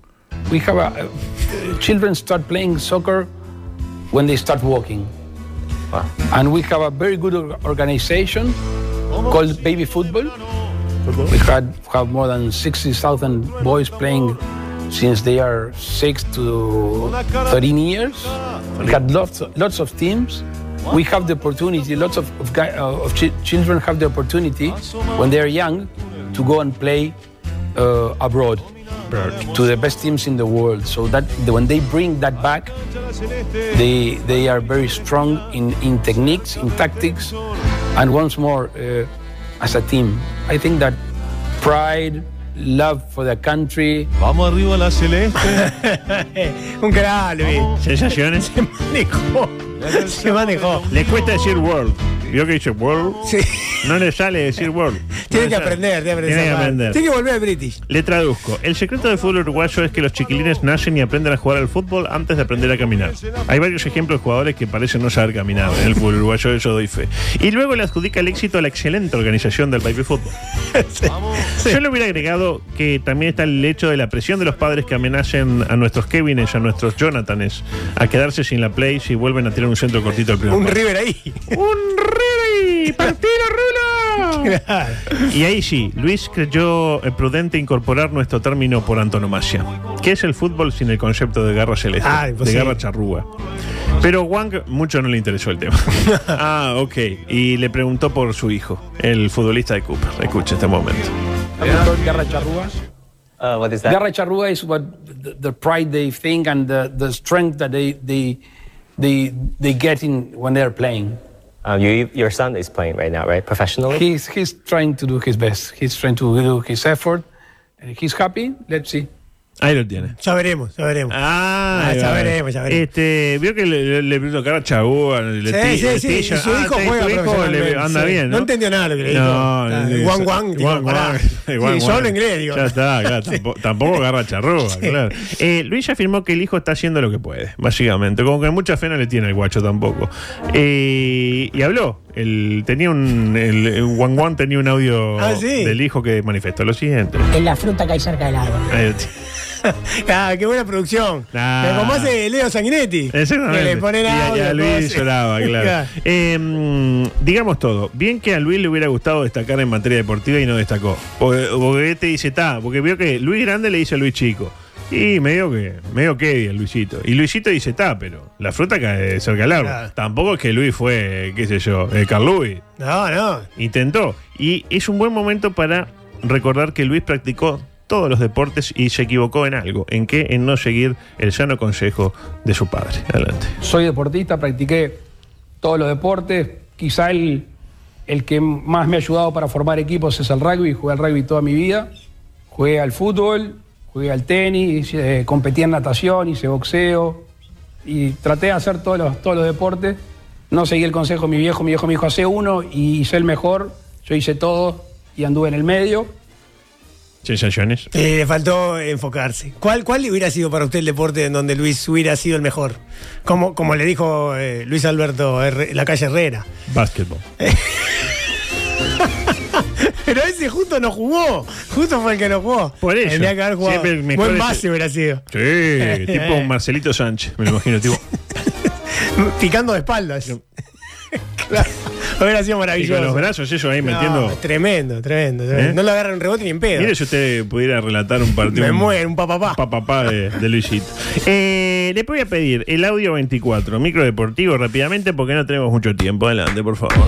Speaker 5: We have a, uh, children start playing soccer when they start walking. And we have a very good or- organization called Baby Football. We had have more than 60,000 boys playing since they are 6 to 13 years. We had lots lots of teams. We have the opportunity, lots of, of, guy, uh, of chi- children have the opportunity when they are young to go and play uh, abroad to the best teams in the world. So that when they bring that back, they they are very strong in, in techniques, in tactics, and once more uh, as a team. I think that pride, love for the country. Vamos arriba la celeste.
Speaker 8: Eh, Un crack, Luis.
Speaker 10: Sensaciones.
Speaker 8: Se manejó. Se manejó.
Speaker 10: Le cuesta decir World. Vio que dice World. No le sale decir World.
Speaker 8: *laughs* Tiene que aprender, tiene que aprender.
Speaker 10: Tiene que
Speaker 8: esa parte.
Speaker 10: aprender.
Speaker 8: Tiene que volver al British.
Speaker 10: Le traduzco. El secreto del fútbol uruguayo es que los chiquilines nacen y aprenden a jugar al fútbol antes de aprender a caminar. Hay varios ejemplos de jugadores que parecen no saber caminar en el fútbol uruguayo, eso doy fe. Y luego le adjudica el éxito a la excelente organización del Baby Fútbol. *laughs* Yo le hubiera agregado que también está el hecho de la presión de los padres que amenacen a nuestros Kevines, a nuestros Jonathanes, a quedarse sin la play si vuelven a tirar un centro cortito al primer
Speaker 8: Un
Speaker 10: palo.
Speaker 8: River *laughs* ahí.
Speaker 10: ¡Un River! ¡Partido
Speaker 8: *laughs*
Speaker 10: Rulo! Y ahí sí, Luis creyó eh, prudente incorporar nuestro término por antonomasia, que es el fútbol sin el concepto de garra celeste,
Speaker 8: Ah,
Speaker 10: de
Speaker 8: imposible.
Speaker 10: garra charrúa. Pero Wang mucho no le interesó el tema. ah, ok. Y le preguntó por su hijo, el futbolista de Cooper. Escucha este momento.
Speaker 5: Garra Charrúa.
Speaker 13: Uh, what is that?
Speaker 5: Garra Charrúa is what the, the pride they think and the, the strength that they they they they get in when they're playing.
Speaker 13: Uh, you, your son is playing right now, right? Professionally?
Speaker 5: He's he's trying to do his best. He's trying to do his effort. And he's happy. Let's see.
Speaker 10: Ahí lo tiene.
Speaker 8: Ya veremos, ya veremos. ya
Speaker 10: Ah, ahí va.
Speaker 8: veremos, ya veremos.
Speaker 10: Este, vio que le, le, le cara a Chabúa, le
Speaker 8: Sí,
Speaker 10: ti-
Speaker 8: sí,
Speaker 10: le
Speaker 8: sí,
Speaker 10: tilla.
Speaker 8: y su
Speaker 10: Ah,
Speaker 8: hijo
Speaker 10: te-
Speaker 8: juega
Speaker 10: tu hijo le-
Speaker 8: profesionalmente,
Speaker 10: anda
Speaker 8: sí.
Speaker 10: bien, ¿no?
Speaker 8: No entendió nada lo que le
Speaker 10: No,
Speaker 8: dijo. Ah,
Speaker 10: le-
Speaker 8: Guan, guan, digo,
Speaker 10: guan,
Speaker 8: pará.
Speaker 10: guan. Guan,
Speaker 8: Sí,
Speaker 10: guan.
Speaker 8: solo inglés, digo.
Speaker 10: Ya está, claro,
Speaker 8: *laughs*
Speaker 10: tampo- tampoco agarra charrúa, claro. Eh, Luis afirmó que el hijo está haciendo lo que puede, básicamente. Como que mucha fe no le tiene al guacho tampoco. Eh, y habló. El, tenía un, el, el Guan Guan tenía un audio
Speaker 8: Ah, sí.
Speaker 10: del hijo que manifestó lo siguiente. Eh,
Speaker 14: Es la fruta que hay cerca del árbol.
Speaker 10: Ahí lo tiene.
Speaker 8: Ah, qué buena producción.
Speaker 10: Ah.
Speaker 8: Pero como hace Leo Sanguinetti.
Speaker 10: Exactamente.
Speaker 8: Que le ponen
Speaker 10: Y a-
Speaker 8: audio,
Speaker 10: y a Luis
Speaker 8: cosas.
Speaker 10: lloraba,
Speaker 8: *laughs*
Speaker 10: claro. Eh, digamos todo. Bien que a Luis le hubiera gustado destacar en materia deportiva y no destacó. Porque Boguete dice, ta, porque vio que Luis Grande le dice a Luis Chico. Y medio que, medio que bien, Luisito. Y Luisito dice, ta, pero la fruta cae cerca del árbol.
Speaker 8: Claro.
Speaker 10: Tampoco es que Luis fue, qué sé yo, eh, Carl Luis.
Speaker 8: No, no.
Speaker 10: Intentó. Y es un buen momento para recordar que Luis practicó todos los deportes y se equivocó en algo. ¿En qué? En no seguir el sano consejo de su padre. Adelante.
Speaker 5: Soy deportista, practiqué todos los deportes. Quizá el, el que más me ha ayudado para formar equipos es el rugby. Jugué al rugby toda mi vida. Jugué al fútbol, jugué al tenis, eh, competí en natación, hice boxeo. Y traté de hacer todos los, todos los deportes. No seguí el consejo de mi viejo. Mi viejo me dijo, hace uno y hice el mejor. Yo hice todo y anduve en el medio.
Speaker 10: Sensaciones.
Speaker 8: Eh, le faltó enfocarse. ¿Cuál, ¿Cuál hubiera sido para usted el deporte en donde Luis hubiera sido el mejor? Como, como le dijo eh, Luis Alberto Herre- la calle Herrera. *laughs*
Speaker 10: Básquetbol.
Speaker 8: Pero ese justo no jugó. Justo fue el que no jugó.
Speaker 10: Por eso.
Speaker 8: Tendría que haber jugado.
Speaker 10: Siempre el mejor
Speaker 8: Buen
Speaker 10: es-
Speaker 8: base hubiera sido. Eh.
Speaker 10: Sí, tipo un Marcelito Sánchez, me lo imagino.
Speaker 8: *laughs*
Speaker 10: Tipo,
Speaker 8: Picando de espaldas. *laughs* claro. Hubiera sido
Speaker 10: y con los
Speaker 8: maravilloso.
Speaker 10: brazos, eso ahí
Speaker 8: No,
Speaker 10: metiendo.
Speaker 8: Tremendo, tremendo. tremendo.
Speaker 10: ¿Eh?
Speaker 8: No le agarran un rebote ni en pedo.
Speaker 10: Mire si usted pudiera relatar un partido.
Speaker 8: Me
Speaker 10: un-
Speaker 8: muero, un papapá.
Speaker 10: papá de,
Speaker 8: *laughs*
Speaker 10: de Luisito. Eh, le voy a pedir el audio 24, micro deportivo, rápidamente, porque no tenemos mucho tiempo. Adelante, por favor.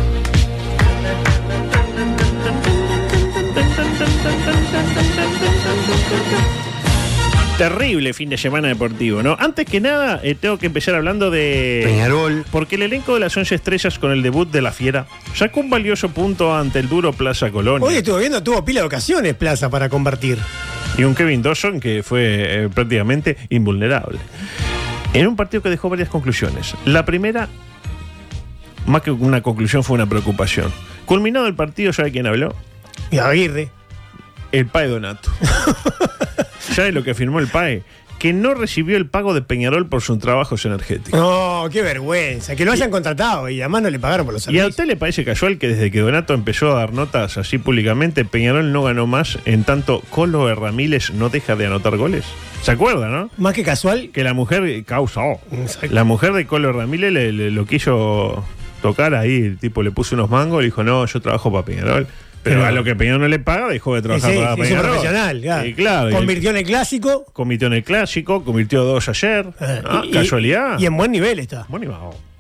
Speaker 10: Terrible fin de semana deportivo, ¿no? Antes que nada, eh, tengo que empezar hablando de. Peñarol. Porque el elenco de las 11 estrellas con el debut de la Fiera sacó un valioso punto ante el duro Plaza Colonia.
Speaker 8: Hoy estuvo viendo, tuvo pila de ocasiones Plaza para convertir.
Speaker 10: Y un Kevin Dawson que fue eh, prácticamente invulnerable. En un partido que dejó varias conclusiones. La primera, más que una conclusión, fue una preocupación. Culminado el partido, ¿sabe quién habló?
Speaker 8: Y Aguirre.
Speaker 10: E El PAE Donato. ¿Sabe lo que afirmó el PAE? que no recibió el pago de Peñarol por sus trabajos energéticos.
Speaker 8: No, qué vergüenza. Que lo hayan contratado y además no le pagaron por los
Speaker 10: ¿Y a
Speaker 8: servicios.
Speaker 10: usted le parece casual que desde que Donato empezó a dar notas así públicamente, Peñarol no ganó más, en tanto Colo de Ramírez no deja de anotar goles? ¿Se acuerda, no?
Speaker 8: Más que casual.
Speaker 10: Que la mujer eh, causa. oh. La mujer de Colo Ramírez le, le- lo quiso tocar ahí, el tipo le puso unos mangos, le dijo, no, yo trabajo para Peñarol. Pero,
Speaker 8: Pero-
Speaker 10: a lo que Peñarol no le paga, dejó de trabajar
Speaker 8: Sí,
Speaker 10: para
Speaker 8: sí, es un
Speaker 10: Peñarol.
Speaker 8: profesional, claro.
Speaker 10: Y claro, y-
Speaker 8: Convirtió en el clásico.
Speaker 10: Convirtió en el clásico, convirtió dos ayer.
Speaker 8: eh,
Speaker 10: Ah,
Speaker 8: y-
Speaker 10: casualidad.
Speaker 8: Y en buen nivel está. *laughs*
Speaker 10: Buen nivel.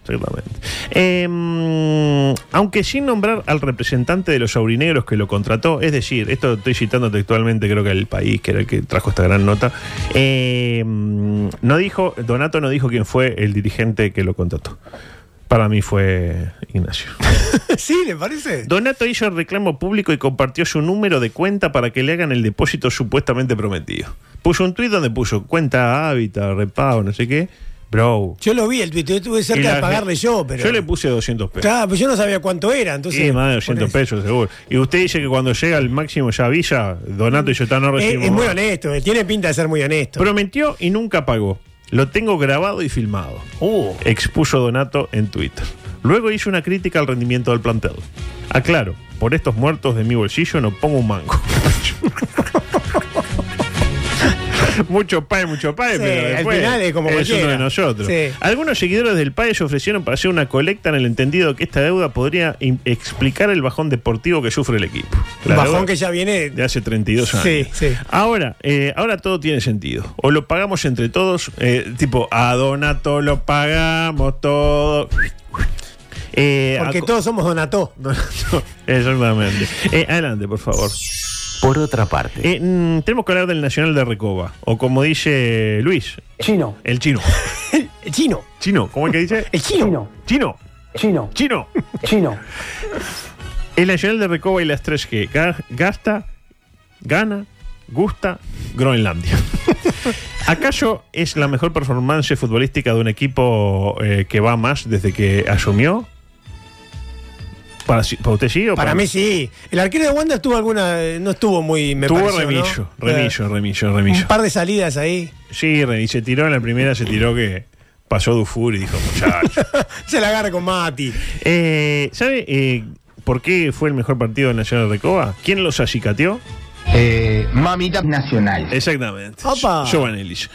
Speaker 10: Exactamente. Eh, aunque sin nombrar al representante de los aurinegros que lo contrató, es decir, esto estoy citando textualmente, creo que el país, que era el que trajo esta gran nota, eh, no dijo, Donato no dijo quién fue el dirigente que lo contrató. Para mí fue Ignacio.
Speaker 8: sí, ¿le parece?
Speaker 10: Donato hizo el reclamo público y compartió su número de cuenta para que le hagan el depósito supuestamente prometido. Puso un tuit donde puso cuenta hábitat, repago, no sé qué. Bro.
Speaker 8: Yo lo vi el tuit, yo estuve
Speaker 10: Y
Speaker 8: cerca
Speaker 10: la
Speaker 8: de pagarle
Speaker 10: gen-
Speaker 8: yo, pero.
Speaker 10: Yo le puse 200 pesos.
Speaker 8: Claro, pero yo no sabía cuánto era, entonces.
Speaker 10: Sí, más de 200 pesos, seguro. Y usted dice que cuando llega al máximo ya Villa, Donato y yo está no
Speaker 8: Eh, Es,
Speaker 10: recibimos.
Speaker 8: es muy
Speaker 10: más.
Speaker 8: honesto, eh, tiene pinta de ser muy honesto.
Speaker 10: Prometió y nunca pagó. Lo tengo grabado y filmado.
Speaker 8: Uh.
Speaker 10: Expuso Donato en Twitter. Luego hizo una crítica al rendimiento del plantel. Aclaro, por estos muertos de mi bolsillo no pongo un mango. *laughs* mucho pan, mucho pan,
Speaker 8: Sí,
Speaker 10: pero
Speaker 8: al
Speaker 10: después
Speaker 8: final es como cualquiera.
Speaker 10: uno de nosotros.
Speaker 8: Sí.
Speaker 10: Algunos seguidores del PAE se ofrecieron para hacer una colecta en el entendido que esta deuda podría im- explicar el bajón deportivo que sufre el equipo. La
Speaker 8: Bajón
Speaker 10: deuda-
Speaker 8: que ya viene.
Speaker 10: de hace 32 años.
Speaker 8: Sí, sí.
Speaker 10: Ahora, eh, ahora todo tiene sentido. O lo pagamos entre todos, eh, tipo a Donato lo pagamos todo. Eh,
Speaker 8: Porque
Speaker 10: a *laughs* co-
Speaker 8: todos somos Donató.
Speaker 10: Exactamente. Eh, adelante, por favor.
Speaker 3: Por otra parte,
Speaker 10: Eh, mm, tenemos que hablar del Nacional de Recoba. O como dice Luis.
Speaker 5: Chino.
Speaker 10: El chino.
Speaker 8: El chino.
Speaker 10: Chino. ¿Cómo es que
Speaker 8: *laughs*
Speaker 10: dice?
Speaker 8: El chino.
Speaker 10: Chino.
Speaker 5: Chino.
Speaker 10: Chino.
Speaker 5: Chino.
Speaker 10: El Nacional de Recoba y las 3G. Ga- Gasta, gana, gusta,
Speaker 5: *laughs*
Speaker 10: Groenlandia. ¿Acaso es la mejor performance futbolística de un equipo eh, que va más desde que asumió? ¿Para, si- para usted sí o
Speaker 8: Para mí sí. El arquero de Wanda estuvo alguna. eh, No estuvo muy. Me
Speaker 10: Tuvo
Speaker 8: pareció, ¿no?
Speaker 10: remillo,
Speaker 8: Eh,
Speaker 10: remillo, remillo, remillo.
Speaker 8: Un par de salidas ahí.
Speaker 10: Sí, René, y se tiró en la primera, se tiró que pasó Dufour y dijo, muchacho.
Speaker 8: Se la agarra con Mati.
Speaker 10: Eh, ¿Sabe eh, por qué fue el mejor partido del Nacional de Recoba? ¿Quién los acicateó?
Speaker 15: mamita nacional.
Speaker 10: Exactamente.
Speaker 8: Opa.
Speaker 10: Giovanelis.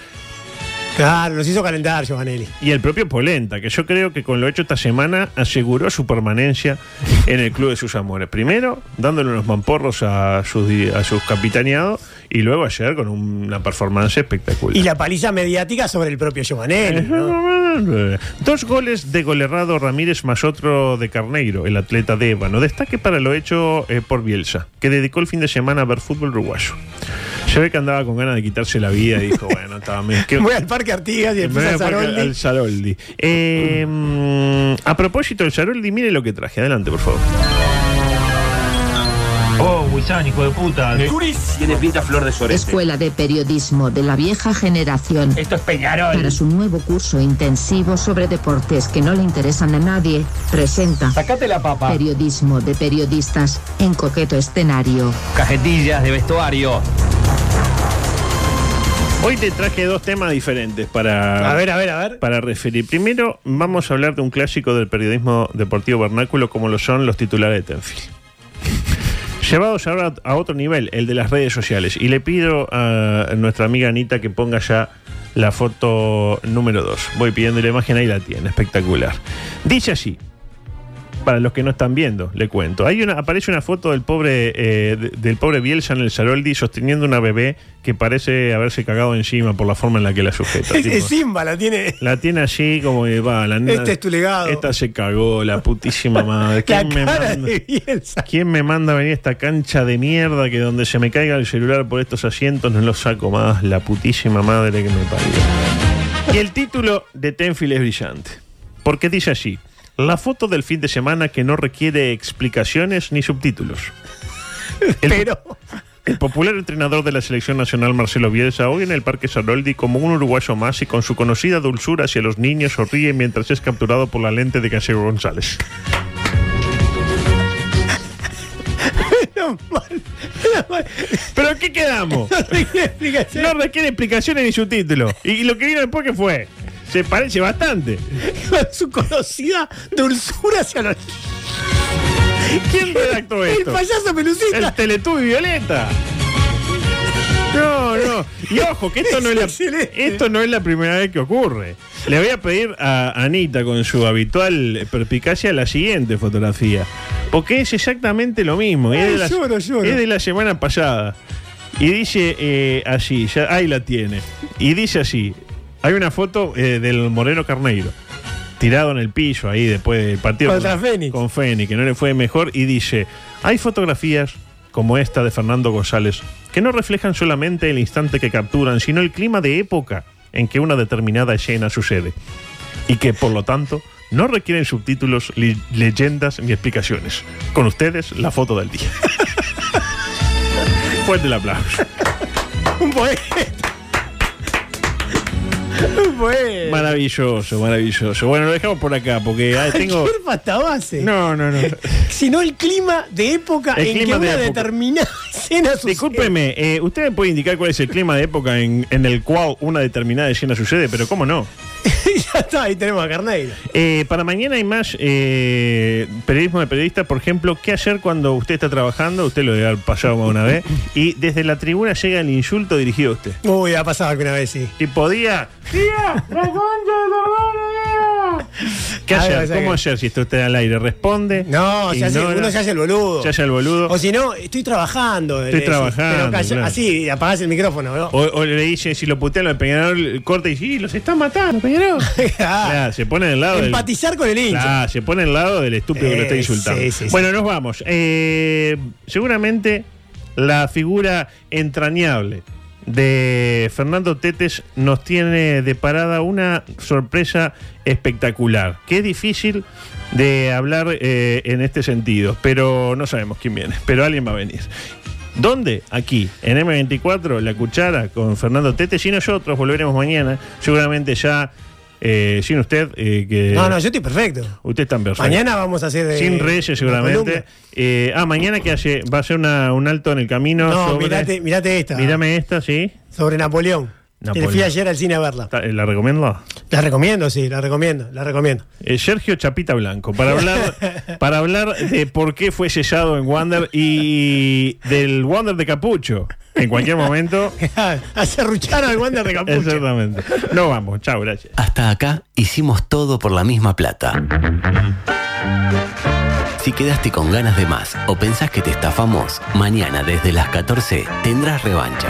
Speaker 8: Claro, los hizo calentar Giovanelli.
Speaker 10: Y el propio Polenta, que yo creo que con lo hecho esta semana aseguró su permanencia en el club de sus amores. Primero, dándole unos mamporros a sus, di- a sus capitaneados y luego ayer con un- una performance espectacular.
Speaker 8: Y la paliza mediática sobre el propio Giovanelli. ¿no?
Speaker 10: Dos goles de Golerrado Ramírez más otro de Carneiro, el atleta de Ébano. Destaque para lo hecho eh, por Bielsa, que dedicó el fin de semana a ver fútbol uruguayo. Se ve que andaba con ganas de quitarse la vida y dijo, bueno, estaba
Speaker 8: *laughs*
Speaker 10: me- que-
Speaker 8: Voy al Parque Artigas y después
Speaker 10: me
Speaker 8: a
Speaker 10: voy a poner
Speaker 8: Zaroldi.
Speaker 10: al Zaroldi. Eh, mm, a propósito del Zaroldi, mire lo que traje. Adelante, por favor.
Speaker 16: Oh, Wissan, hijo de puta. Tiene pinta flor de sorete.
Speaker 17: Escuela de Periodismo de la Vieja Generación.
Speaker 16: Esto es Peñarol.
Speaker 17: Para su nuevo curso intensivo sobre deportes que no le interesan a nadie, presenta. Sacate la papa. Periodismo de periodistas en coqueto escenario.
Speaker 16: Cajetillas de vestuario.
Speaker 10: Hoy te traje dos temas diferentes para.
Speaker 8: A ver, a ver, a ver.
Speaker 10: Para referir. Primero, vamos a hablar de un clásico del periodismo deportivo vernáculo, como lo son los titulares de Tenfield. Llevados ahora a otro nivel, el de las redes sociales. Y le pido a nuestra amiga Anita que ponga ya la foto número 2. Voy pidiendo la imagen, ahí la tiene, espectacular. Dice así. Para los que no están viendo, le cuento. Hay una, aparece una foto del pobre, eh, de- del pobre Bielsa en el Saroldi sosteniendo una bebé que parece haberse cagado encima por la forma en la que
Speaker 8: *laughs*
Speaker 10: la sujeta.
Speaker 8: Es-
Speaker 10: tipo.
Speaker 8: Es Simba, la tiene.
Speaker 10: La tiene allí como que va, la nena-
Speaker 8: Este es tu legado.
Speaker 10: Esta se cagó, la
Speaker 8: *laughs*
Speaker 10: putísima
Speaker 8: *laughs*
Speaker 10: madre.
Speaker 8: La
Speaker 10: ¿Quién me,
Speaker 8: cara
Speaker 10: manda,
Speaker 8: de *laughs*
Speaker 10: ¿Quién me manda a venir a esta cancha de mierda que donde se me caiga el celular por estos asientos no lo saco más? La putísima madre que me parió. Y el título de Tenfield es brillante. Porque dice así: La foto del fin de semana que no requiere explicaciones ni subtítulos.
Speaker 8: Pero.
Speaker 10: El popular entrenador de la selección nacional Marcelo Bielsa hoy en el Parque Saroldi como un uruguayo más y con su conocida dulzura hacia los niños sorríe mientras es capturado por la lente de Casero González. ¿Pero en qué quedamos? No requiere explicaciones. ni su título. Y, y lo que vino después, ¿qué fue? Se parece *laughs* bastante.
Speaker 8: su conocida dulzura hacia los.
Speaker 10: ¿Quién redactó
Speaker 8: El
Speaker 10: esto?
Speaker 8: payaso pelucita.
Speaker 10: El Teletubby Violeta. No, no. Y ojo,
Speaker 8: *laughs*
Speaker 10: que esto no, es la, esto no es la primera vez que ocurre. Le voy a pedir a Anita con su habitual perpicacia la siguiente fotografía. Porque es exactamente lo mismo. es,
Speaker 8: Ay,
Speaker 10: de la,
Speaker 8: lloro, lloro.
Speaker 10: es de la semana pasada. Y dice eh, así, ya, ahí la tiene. Y dice así, hay una foto eh, del Moreno Carneiro. Tirado en el piso ahí después del partido
Speaker 8: Contra Fénix.
Speaker 10: con Fénix, que no le fue mejor. Y dice, hay fotografías como esta de Fernando González, que no reflejan solamente el instante que capturan, sino el clima de época en que una determinada escena sucede, y que por lo tanto no requieren subtítulos, li- leyendas ni explicaciones. Con ustedes, la foto del día. *laughs* Fuerte el aplauso.
Speaker 8: Un poeta. Un poeta.
Speaker 10: Maravilloso, maravilloso. Bueno, lo dejamos por acá porque ah, tengo...
Speaker 8: Cualquier patabase.
Speaker 10: No, no, no.
Speaker 8: Sino el clima de época
Speaker 10: El
Speaker 8: en que
Speaker 10: clima de
Speaker 8: una
Speaker 10: época.
Speaker 8: determinada *laughs* escena sucede.
Speaker 10: Discúlpeme, eh, usted me puede indicar cuál es el clima de época en, en el cual una determinada escena sucede, pero ¿cómo no?
Speaker 8: *laughs* ya está, ahí tenemos a Carneiro.
Speaker 10: Eh, para mañana hay más eh, periodismo de periodistas. Por ejemplo, ¿qué hacer cuando usted está trabajando? Usted lo debe haber pasado más de una vez. Y desde la tribuna llega el insulto dirigido a usted.
Speaker 8: Uy, ha pasado alguna vez, sí.
Speaker 10: Y podía. ¿Qué
Speaker 8: Algo
Speaker 10: hacer?
Speaker 8: así
Speaker 10: ¿Cómo
Speaker 8: que-
Speaker 10: hacer si está usted al aire? ¿Responde?
Speaker 8: No, se hace,
Speaker 10: ignora,
Speaker 8: uno se hace el boludo.
Speaker 10: se hace el boludo.
Speaker 8: O si no, estoy trabajando.
Speaker 10: Estoy
Speaker 8: le decís.
Speaker 10: trabajando,
Speaker 8: Pero calla-
Speaker 10: claro.
Speaker 8: Así, apagás el micrófono. ¿no? *laughs*
Speaker 10: O, o le dice, si lo putean, lo de Peñarol corta y dice, "Y, los está matando, Peñarol. Claro, se pone al lado. del-
Speaker 8: Empatizar con el hincha.
Speaker 10: Claro, Ah, se pone al lado del estúpido que lo está
Speaker 8: Eh,
Speaker 10: insultando.
Speaker 8: sí, sí, sí.
Speaker 10: bueno, nos vamos. Eh, seguramente la figura entrañable de Fernando Tetes nos tiene de parada una sorpresa espectacular, que es difícil de hablar eh, en este sentido, pero no sabemos quién viene, pero alguien va a venir. ¿Dónde? Aquí, en M24, La Cuchara, con Fernando Tetes y nosotros volveremos mañana, seguramente ya eh, sin usted, eh, que...
Speaker 8: No, no, yo estoy perfecto.
Speaker 10: Usted está en perfecto.
Speaker 8: Mañana vamos a hacer. eh,
Speaker 10: Sin Reyes,
Speaker 8: una columna.
Speaker 10: seguramente. Eh, ah, mañana que hace, va a ser una- un alto en el camino.
Speaker 8: No,
Speaker 10: sobre-
Speaker 8: mirate, mirate esta.
Speaker 10: Mírame esta, sí.
Speaker 8: Sobre Napoleón. Que
Speaker 10: Napoleón.
Speaker 8: fui ayer al cine a verla.
Speaker 10: Ta- eh, ¿La recomiendo?
Speaker 8: La recomiendo, sí, la recomiendo, la
Speaker 10: *laughs*
Speaker 8: recomiendo. *laughs*
Speaker 10: Eh, Sergio Chapita Blanco, para hablar, para hablar de por qué fue sellado en Wander y del Wander de Capucho. En cualquier momento.
Speaker 8: Hacer ruchar al Wander de Capucho.
Speaker 10: Exactamente. No vamos, chao, gracias.
Speaker 3: Hasta acá hicimos todo por la misma plata. Si quedaste con ganas de más o pensás que te estafamos, mañana desde las 14 tendrás revancha.